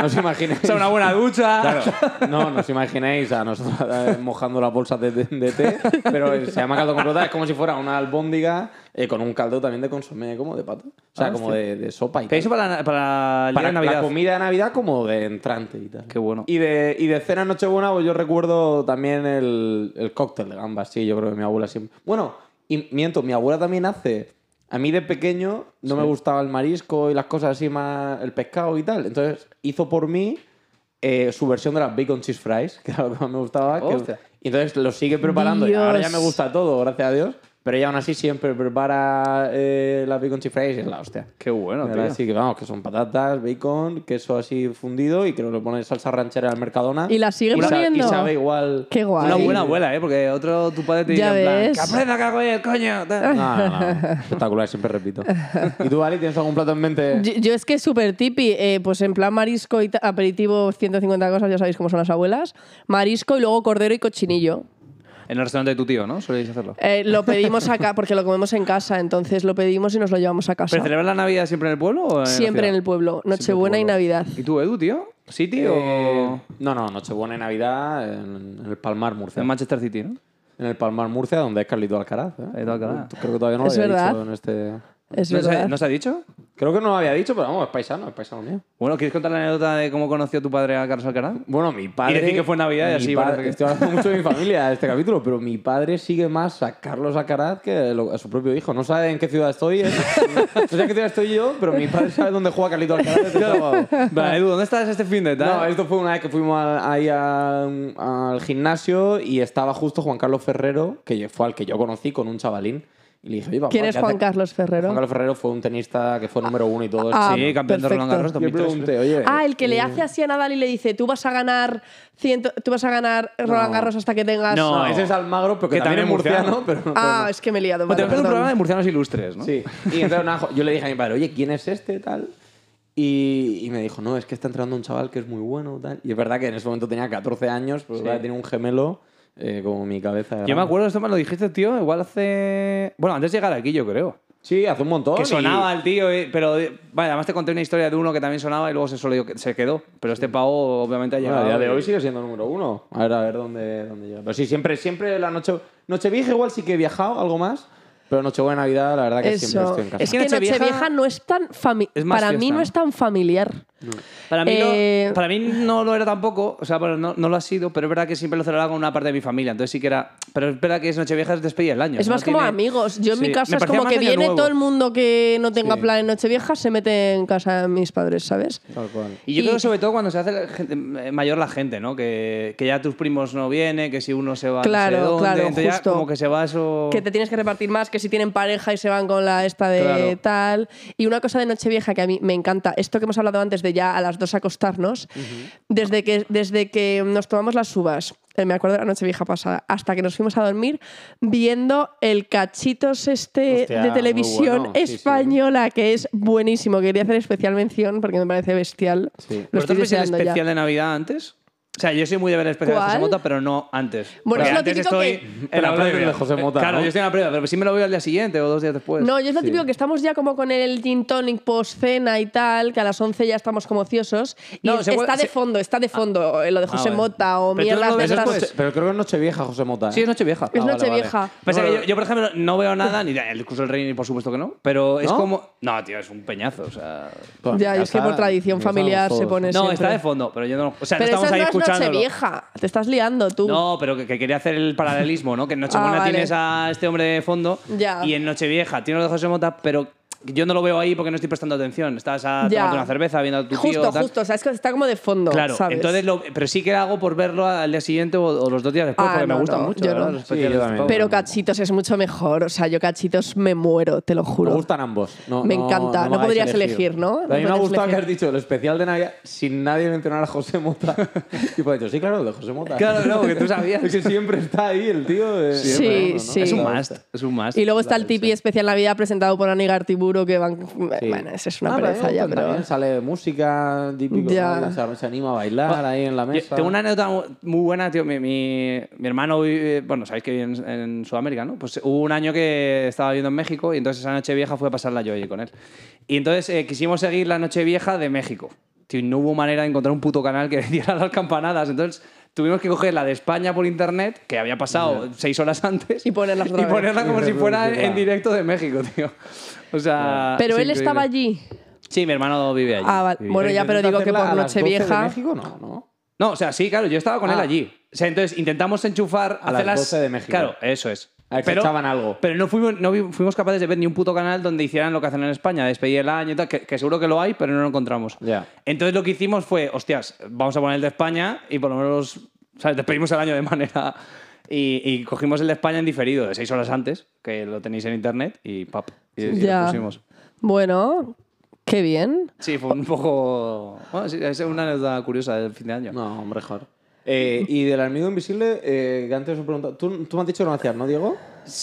no os imaginéis.
O sea, una buena ducha.
Claro, no, no os imaginéis a nosotros eh, mojando las bolsas de, de- de té, pero se llama caldo con pelotas, es como si fuera una albóndiga eh, con un caldo también de consomé, como de pata. O sea,
Ah,
como
hostia.
de, de sopa y
Que
tal.
eso para, la- para el día
Para
de Navidad.
la comida de Navidad como de entrante y tal.
Qué bueno.
Y de, y de cena Nochebuena, pues yo recuerdo también el, el cóctel de gambas, sí, yo creo que mi abuela siempre... Bueno, y miento, mi abuela también hace... A mí de pequeño no me gustaba el marisco y las cosas así más, el pescado y tal. Entonces hizo por mí eh, su versión de las bacon cheese fries, que era lo que más me gustaba. que-
Hostia.
y entonces lo sigue preparando. Y ahora ya me
Dios.
gusta todo, gracias a Dios. Pero ella aún así siempre prepara eh, las bacon cheese fries y es la hostia.
Qué bueno,
Ahora
tío.
sí que vamos, que son patatas, bacon, queso así fundido y que le pones salsa ranchera al Mercadona.
¿Y la sigue
sa-
poniendo?
Y sabe igual.
Qué guay.
Una buena abuela, ¿eh? Porque otro, tu padre te
Ya
diría en plan,
ves.
que aprenda que hago yo el coño. tal.
No, no, no. Espectacular, siempre repito. ¿Y tú, Ali, tienes algún plato en mente?
Yo, yo es que súper tipi, eh, pues en plan marisco y ta- aperitivo, 150 cosas, ya sabéis cómo son las abuelas. Marisco y luego cordero y cochinillo.
En el restaurante de tu tío, ¿no? Soléis hacerlo.
Eh, lo pedimos acá porque lo comemos en casa, entonces lo pedimos y nos lo llevamos a casa.
¿Pero celebras la Navidad siempre en el pueblo? o en la
Siempre en
ciudad?
el pueblo,
Siempre
Nochebuena y
pueblo.
Navidad.
¿Y tú, Edu, tío? ¿City
Eh,
o
no, no, Nochebuena y Navidad en, en el Palmar Murcia.
en Manchester City, no?
En el Palmar Murcia, donde es Carlito Alcaraz. ¿eh?
Carlito Alcaraz.
Creo que todavía no lo
Es
había
verdad.
dicho en este.
Es
¿No se,
verdad.
¿No se ha dicho?
Creo que no lo había dicho, pero vamos, es paisano, es paisano mío.
Bueno, ¿quieres contar la anécdota de cómo conoció tu padre a Carlos Alcaraz?
Bueno, mi padre.
Y decir que fue Navidad y
mi
así,
padre-
parece que-
Estoy hablando mucho de mi familia este capítulo, pero mi padre sigue más a Carlos Alcaraz que lo- a su propio hijo. No sabe en qué ciudad estoy. ¿eh? no sé en qué ciudad estoy yo, pero mi padre sabe dónde juega Carlito Alcaraz. desde el sábado.
Vale, Edu, ¿dónde estás este fin de tal?
No, esto fue una vez que fuimos al- ahí a- al gimnasio y estaba justo Juan Carlos Ferrero, que yo- fue al que yo conocí con un chavalín. Y le dije, oye, papá,
¿Quién es
¿qué hace-
Juan Carlos Ferrero?
Juan Carlos Ferrero fue un tenista que fue número uno y todo.
Ah,
sí.
Sí, campeón de Roland Garros
perfecto.
Yo
2003.
pregunté, oye.
Ah, el que
Eh,
le hace así a Nadal y le dice, tú vas a ganar, ciento, tú vas a ganar Roland Garros hasta que tengas...
No. eh,
No, ese es Almagro, pero que,
Que
también,
también
es
es
murciano, pero, pero
Ah,
no.
es que me he liado.
Bueno,
vale,
tenemos un
perdón.
programa de murcianos ilustres, ¿no?
Sí. Y entonces nada, yo le dije a mi padre, oye, ¿quién es este? Tal. Y, y me dijo, no, es que está entrando un chaval que es muy bueno. Tal. Y es verdad que en ese momento tenía 14 años, pero claro, tenía un gemelo eh, como mi cabeza.
Yo
grande.
me acuerdo, esto me lo dijiste, tío, igual hace... Bueno, antes de llegar aquí, yo creo.
Sí, hace un montón.
Que
y-
sonaba el tío, eh, pero eh, vale, además te conté una historia de uno que también sonaba y luego se, solo, se quedó. Pero este pavo obviamente ha
Bueno,
llegado.
a día de
y-
hoy sigue siendo número uno. A ver, a ver dónde, dónde llega. Pero sí, siempre, siempre la noche... Nochevieja igual sí que he viajado, algo más. Pero Nochebuena, Navidad, la verdad que siempre
Eso.
estoy en casa.
Es que
Es que Nochevieja-
Nochevieja no es tan familiar.
Es más
Para mí
fiesta,
no
¿no?
es tan familiar.
Para mí,
Eh,
no, para mí no lo era tampoco, o sea, bueno, no, no lo ha sido, pero es verdad que siempre lo celebraba con una parte de mi familia, entonces sí que era... Pero es verdad que es Nochevieja, es despedir el año.
Es
no
más como
tiene-
amigos. Yo en
Sí,
mi
me
casa es
parecía
como
más
que
Año
viene
Nuevo.
todo el mundo que no tenga plan en Nochevieja, se mete en casa de mis padres, ¿sabes?
Tal cual.
Y yo creo
Y-
que sobre todo cuando se hace la gente- eh, mayor la gente, ¿no? Que, que ya tus primos no vienen, que si uno se va
Claro,
no sé dónde,
claro,
entonces ya
justo.
como que se va eso...
Que te tienes que repartir más, que si tienen pareja y se van con la esta de
Claro.
tal. Y una cosa de Nochevieja que a mí me encanta, esto que hemos hablado antes de ya a las dos acostarnos, desde, que, desde que nos tomamos las uvas, eh, me acuerdo de la Nochevieja pasada, hasta que nos fuimos a dormir, viendo el cachitos este
Hostia,
de
muy
televisión
bueno, sí, sí.
española, que es buenísimo. Quería hacer especial mención porque me parece bestial.
Sí.
Lo
¿Vosotros
estoy
veis el
deseando ya.
especial de Navidad antes? O sea, yo soy muy de ver el especial de José
¿Cuál?
Mota, pero no antes. Porque
Bueno, es lo
antes
típico
estoy
que-
en
Pero
la
antes
previa.
de José Mota,
Claro,
¿no?
yo estoy en la previa, pero sí me lo veo al día siguiente o dos días después.
No, yo es lo típico que estamos ya como con el gin tonic post cena y tal, que a las 11 ya estamos como ociosos. Y
No, se puede-
está de
se- Ah.
fondo, está de fondo eh, lo de José
vale.
Mota
Pero
o
tú no
mierdas
lo
de
ves
estas.
después.
Pero creo que es Nochevieja, José Mota. ¿eh?
Sí, es Nochevieja.
Es
Ah, vale,
Nochevieja.
vale. Pasa
No,
que
no.
yo, yo, por ejemplo, no veo nada, ni el curso del rey, ni por supuesto que no, pero es
¿No?
como... No, tío, es un peñazo, o sea...
Bueno,
Ya, y es que
está,
por tradición
estamos
familiar se
todos.
pone
No,
siempre.
está de fondo, pero yo no... O sea,
Pero
no estamos ahí
esa no es
escuchándolo.
Nochevieja. Te estás liando tú.
No, pero que, que quería hacer el paralelismo, ¿no? Que en Nochebuena
Ah, vale.
tienes a este hombre de fondo
Ya.
y en Nochevieja tienes lo de José Mota, pero yo no lo veo ahí porque no estoy prestando atención. Estás a,
Ya.
tomando una cerveza, viendo a tu
justo,
tío. tal.
justo. O sea, es que está como de fondo.
Claro,
¿sabes?
entonces lo- pero sí que hago por verlo al día siguiente o, o los dos días después
Ah,
porque
no,
me gusta
no,
mucho.
yo
¿verdad?
no.
Los
Sí,
especiales
yo
de
también.
Pau.
Pero cachitos es mucho mejor. O sea, yo cachitos me muero, te lo juro.
Me gustan ambos. No,
Me
no-
encanta.
me
No
hagáis
podrías elegir, ¿no?
Pero A mí
No
me ha
podrías
gustado que
elegir.
has dicho el especial de Navidad sin nadie mencionar a José Mota. y pues dicho, sí, claro, el de José Mota.
Claro, claro, porque tú sabías.
Es que siempre está ahí el tío. eh,
Sí,
siempre, ¿no?
sí.
Es un must, es un must.
Y luego está el tipi especial Navidad presentado por Ani Gartiburu que van...
Sí.
Bueno, esa es una
Ah, pero
pereza
me
pues
ya,
gusta
pero...
también, sale música típico.
Ya.
¿no? Se, se anima a bailar ahí en la
Yo-
mesa.
Tengo una anécdota mu- muy buena, tío. Mi, mi- mi hermano, vive- bueno, sabéis que vive en, en Sudamérica, ¿no? Pues hubo un año que estaba viviendo en México y entonces esa noche vieja fue a pasarla yo allí con él. Y entonces eh, quisimos seguir la noche vieja de México. Tío, y no hubo manera de encontrar un puto canal que diera las campanadas. Entonces tuvimos que coger la de España por internet, que había pasado seis horas antes,
Y ponerla otra
y
vez.
ponerla como si fuera en,
Claro.
directo de México, tío. O sea.
Pero
es
él estaba
increíble.
allí.
Sí, mi hermano vive allí.
Ah, vale.
Vivía
Bueno, ya, pero digo
Intenta
que
hacerla
por
a las 12 de
Nochevieja.
México no, ¿no?
No, o sea, sí, claro, yo estaba con él
Ah.
allí. O sea, entonces intentamos enchufar
A las 12 de México.
Claro, eso es.
A ver si echaban algo.
Pero no, fuimos, no vi- fuimos capaces de ver ni un puto canal donde hicieran lo que hacen en España, despedir el año y tal, que, que seguro que lo hay, pero no lo encontramos.
Ya.
Entonces lo que hicimos fue, hostias, vamos a poner el de España y por lo menos, ¿sabes? Despedimos el año de manera. Y, y cogimos el de España en diferido, de seis horas antes, que lo tenéis en internet, y pap. Y, y lo
Ya.
pusimos.
Bueno, qué bien.
Sí, fue un poco. Bueno, sí, es una anécdota curiosa del fin de año.
No, hombre, joder. Eh, y del amigo invisible, eh, que antes os he preguntado, ¿tú, tú me has dicho que no hacías, ¿no, Diego?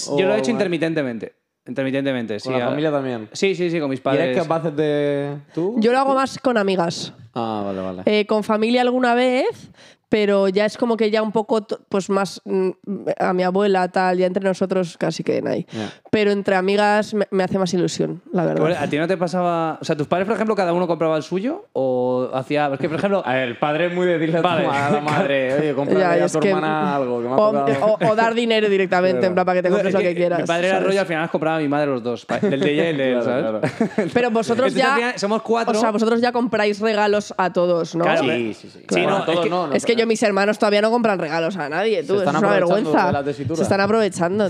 ¿O
Yo lo he hecho
alguna-
intermitentemente. Intermitentemente, sí.
Con la
a-
familia también.
Sí, sí, sí, con mis
¿Y
padres.
eres capaces de...? ¿Tú?
Yo lo hago más con amigas.
Ah, vale, vale.
Eh, con familia alguna vez, pero ya es como que ya un poco, t- pues más mm, a mi abuela, tal, ya entre nosotros casi que nadie.
Ya.
Pero entre amigas me, me hace más ilusión, la verdad.
Bueno, ¿A ti no te pasaba.? O sea, ¿tus padres, por ejemplo, cada uno compraba el suyo? ¿O hacía.? Es que, por ejemplo.
A ver, el padre es muy de decirle a, tu
Vale.
ma- a la madre, oye, cómprale
Ya,
a
es
tu
que- mm, oh,
hermana algo, que me ha
o,
tocado.
o- o dar dinero directamente, en plan, para que te
no,
compres
es eh,
lo que quieras.
Mi padre era
¿sabes?
rollo, al final las compraba mi madre los dos. pa- El de ella y el de él,
Claro,
¿sabes?
claro.
Pero vosotros
Entonces, al
ya.
final, somos cuatro.
O sea, vosotros ya compráis regalos a todos, ¿no?
Claro,
Sí, sí, sí.
Sí,
Bueno,
no,
todos
es que-
no, no,
es que yo, mis hermanos todavía no compran regalos a nadie, tú.
Se están
eso es una
aprovechando
vergüenza.
de la tesitura.
Se están aprovechando,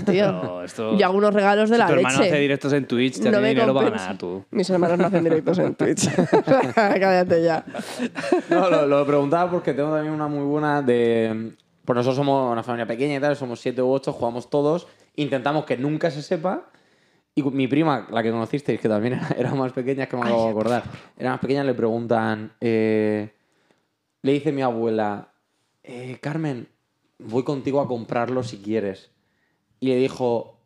tío.
No, esto-
Y algunos regalos de
Si
la
tu hermano
leche.
hace directos en Twitch, te
No
hace
me
dinero para
compensa.
ganar tú.
Mis hermanos no hacen directos en Twitch. Cállate ya.
No, lo, lo preguntaba porque tengo también una muy buena de... Pues nosotros somos una familia pequeña y tal, somos siete u ocho, jugamos todos, intentamos que nunca se sepa. Y cu- mi prima, la que conocisteis, que también era, era más pequeña, es que me acabo de acordar, era más pequeña, le preguntan... eh, le dice mi abuela, "Eh, Carmen, voy contigo a comprarlo si quieres. Y le dijo,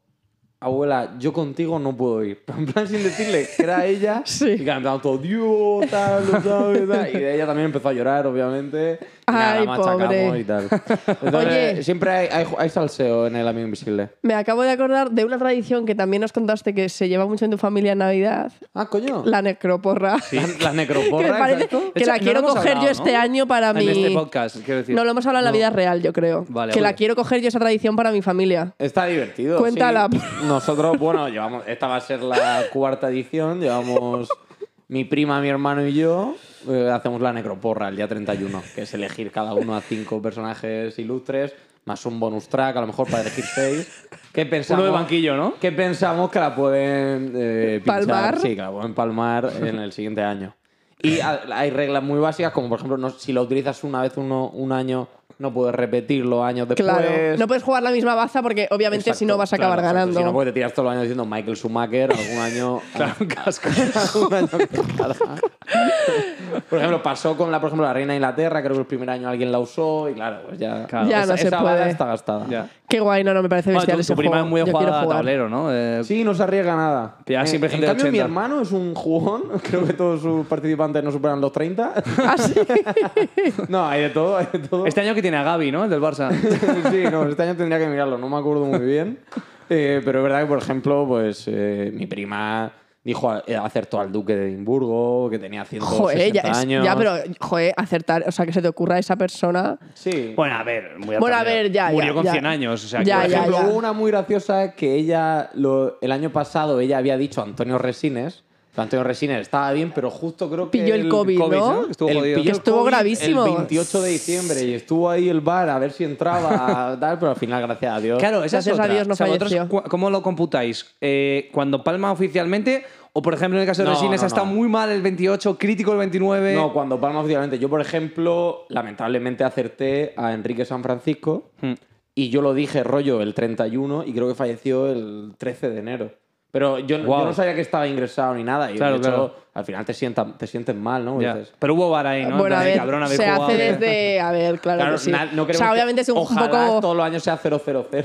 abuela, yo contigo no puedo ir. Pero en plan, sin decirle que era ella.
Sí.
Y cantando todo, Dios, tal, lo sabes, tal. Y ella también empezó a llorar, obviamente. Y nada,
Ay,
la machacamos
pobre.
Y tal. Entonces,
Oye.
siempre hay, hay, hay salseo en el Amigo Invisible.
Me acabo de acordar de una tradición que también nos contaste que se lleva mucho en tu familia en Navidad.
Ah, coño.
La necroporra.
Las la
que me
necroporra,
parece
exacto.
que la
Echa- no
quiero
lo hemos
coger
hablado,
yo
¿no?
este año para
En
mi...
este podcast, quiero decir.
No lo hemos hablado en la
No.
vida real, yo creo.
Vale,
que
vale.
la quiero coger yo esa tradición para mi familia.
Está divertido.
Cuéntala.
sí. Nosotros, bueno, llevamos. Esta va a ser la cuarta edición. Llevamos mi prima, mi hermano y yo. eh, hacemos la necroporra el día 31, que es elegir cada uno a cinco personajes ilustres, más un bonus track, a lo mejor para elegir seis. ¿Qué pensamos?
Uno de banquillo, ¿no?
¿Qué pensamos que la pueden eh, pinchar?
¿Palmar?
Sí, que la pueden palmar en el siguiente año. Y ha- hay reglas muy básicas, como por ejemplo, no- si lo utilizas una vez uno, un año, no puedes repetirlo años
Pues-
después.
Claro. No puedes jugar la misma baza porque obviamente si no
Exacto,
vas a acabar
claro, exacto.
ganando.
Si no, porque te tiras todos los años diciendo Michael Schumacher algún año.
Claro, casco.
algún año cada- por ejemplo, pasó con la, por ejemplo, la Reina de Inglaterra, creo que el primer año alguien la usó y claro, pues ya.
Claro.
Ya
esa,
no se
esa bala
puede.
está gastada.
Ya.
Qué guay, no, no, me parece
Bueno,
bestial
tu,
ese
tu prima es
juego.
muy
Yo quiero
jugada a
jugar.
tablero, ¿no? Eh,
Sí, no se arriesga nada.
Pilla siempre
Eh,
gente de
en cambio,
80.
mi hermano es un jugón. Creo que todos sus participantes no superan los 30.
Ah, sí.
No, hay de todo, hay de todo.
Este año que tiene a Gaby, ¿no? El del Barça.
sí, no, este año tendría que mirarlo, no me acuerdo muy bien. Eh, pero es verdad que, por ejemplo, pues eh, mi prima dijo a- eh, acertó al duque de Edimburgo, que tenía 160
Joder, ya, es-
años.
ya, pero, joder, acertar, o sea, que se te ocurra a esa persona.
Sí.
Bueno, a ver, muy
Bueno, a
atrevido.
ver, ya,
Murió
ya,
con
ya.
100 años, o sea,
Ya,
que-
por
ya,
ejemplo,
ya.
hubo una muy graciosa que ella, lo- el año pasado, ella había dicho Antonio Resines. Pero Antonio Resines estaba bien, pero justo creo que...
Pilló el COVID, ¿no?
Que estuvo
el
jodido.
pilló
Que
el
estuvo
COVID
gravísimo.
El 28 de diciembre y estuvo ahí el bar a ver si entraba, tal, pero al final, gracias a Dios.
Claro, esa es
Gracias a
otra.
Dios no
O sea, vosotros,
falleció.
cu- ¿Cómo lo computáis? Eh, ¿Cuando palma oficialmente? O, por ejemplo, en el caso de
No,
Resines,
no,
ha estado
no.
muy mal el 28, crítico el 29.
No, cuando palma oficialmente. Yo, por ejemplo, lamentablemente acerté a Enrique San Francisco
Hmm.
y yo lo dije rollo el 31 y creo que falleció el 13 de enero. Pero yo, yo
Guau.
no sabía que estaba ingresado ni nada. Y
Claro,
de hecho,
claro.
al final te, sienta- te sientes mal, ¿no?
Ya.
Dices,
Pero hubo vara ahí, ¿no?
bueno, a
Entonces,
ver,
cabrón, habéis
se
jugado,
hace
¿eh?
desde. A ver, claro,
claro,
que sí.
na- no
o
queremos
sea,
que-
obviamente es un
ojalá
poco.
todos los años sea 000.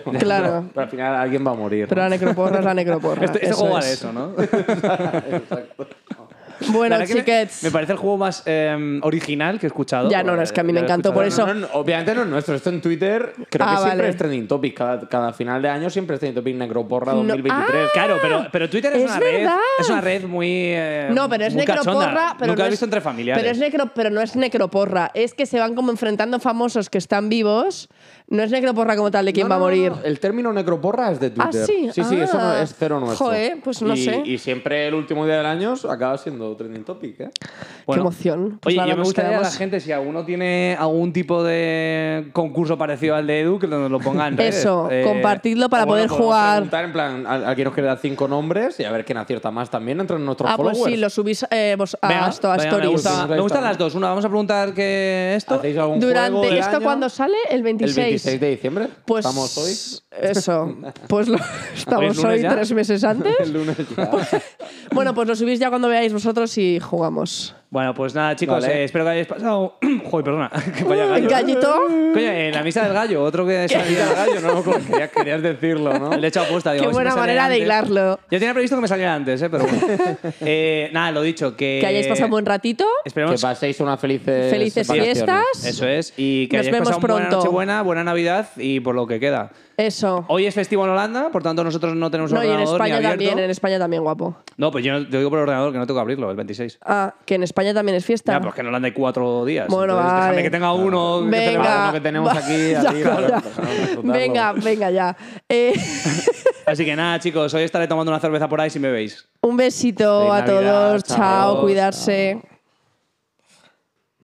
¿no?
Claro.
Pero al final alguien va a morir.
Pero
¿no?
la necroporra es la necroporra.
Este, este
eso
juego
es.
vale eso, ¿no? La
Bueno,
verdad que me-
chiquets.
Me, parece el juego más eh, original que he escuchado.
Ya, no, no, es que a mí me encantó,
escuchado.
por eso-
No, no, no, obviamente no es nuestro, esto en Twitter creo
Ah,
que siempre
vale.
es trending topic. Cada, cada final de año siempre es trending topic Necroporra
No,
2023.
Claro, pero, pero Twitter es,
Es
una red.
verdad.
Es una red muy. eh,
No, pero es
muy
necroporra,
cachonda.
pero
Nunca
no
he
es-
visto entre familiares.
Pero, es necro- pero no es necroporra, es que se van como enfrentando famosos que están vivos. No es necroporra como tal de quién
No,
va a
no, no,
morir.
no. El término necroporra es de
Ah,
Twitter.
sí,
Sí, sí, eso no-
ah.
es cero nuestro.
Joder, pues no
Y-
sé.
Y siempre el último día del año acaba siendo trending topic, ¿eh?
Bueno.
Qué emoción. Pues
Oye,
nada,
yo me
nos
gustaría a la
quedamos-
gente, si alguno tiene algún tipo de concurso parecido al de Edu, que nos lo pongan.
Eso,
Eh,
compartidlo para poder
pues
jugar.
Preguntar en plan, ¿al- alguien nos quiere dar cinco nombres y a ver quién acierta más también entre nuestros
Ah, pues
followers.
sí, lo subís eh, vos a,
Venga,
esto, a
venga, me,
Stories.
gusta- me gustan las dos. Una, vamos a preguntar que esto.
¿Hacéis algún juego
Durante
del
esto
año?
cuando sale el
El
26.
26 de diciembre.
Pues
Estamos hoy.
eso. Pues lo- estamos
lunes
hoy
ya?
tres meses antes. pues
El lunes ya.
bueno, pues lo subís ya cuando veáis vosotros y jugamos.
Bueno, pues nada, chicos,
Vale.
eh, espero que hayáis pasado. Joder, perdona. que vaya gallo.
Gallito.
Coño, en la misa del gallo, otro que es la misa del gallo, no lo querías, querías decirlo, ¿no? Le he hecho apuesta, digo. a
Qué
ver si
buena
me sale
manera de
antes.
hilarlo.
Yo tenía previsto que me saliera antes, ¿eh? Pero bueno. Eh, nada, lo dicho, que.
Que
Eh,
hayáis pasado un buen ratito.
Esperemos
Que paséis unas felices,
Felices
vacaciones.
fiestas.
Eso es. Y que
Nos
hayáis
vemos
pasado buena
pronto.
Nochebuena, buena Navidad y por lo que queda.
Eso.
Hoy es festivo en Holanda, por tanto nosotros no tenemos
No, y en
ordenador ni
España
abierto.
también, en España también, guapo.
No, pues yo no- te digo por el ordenador que no tengo que abrirlo, el 26.
Ah, que en España también es fiesta.
Ya, pues que en Holanda hay cuatro días.
Bueno,
entonces
vale.
déjame que tenga uno. que
Venga.
tenga-
Cada uno que tenemos
Va-
aquí, a
Ya,
ti, para-
ya.
para disfrutarlo.
Venga, venga ya. Eh,
Así que nada, chicos, hoy estaré tomando una cerveza por ahí si me veis.
un besito
Feliz
a
Navidad,
todos.
chao.
Chao, cuidarse.
Chao.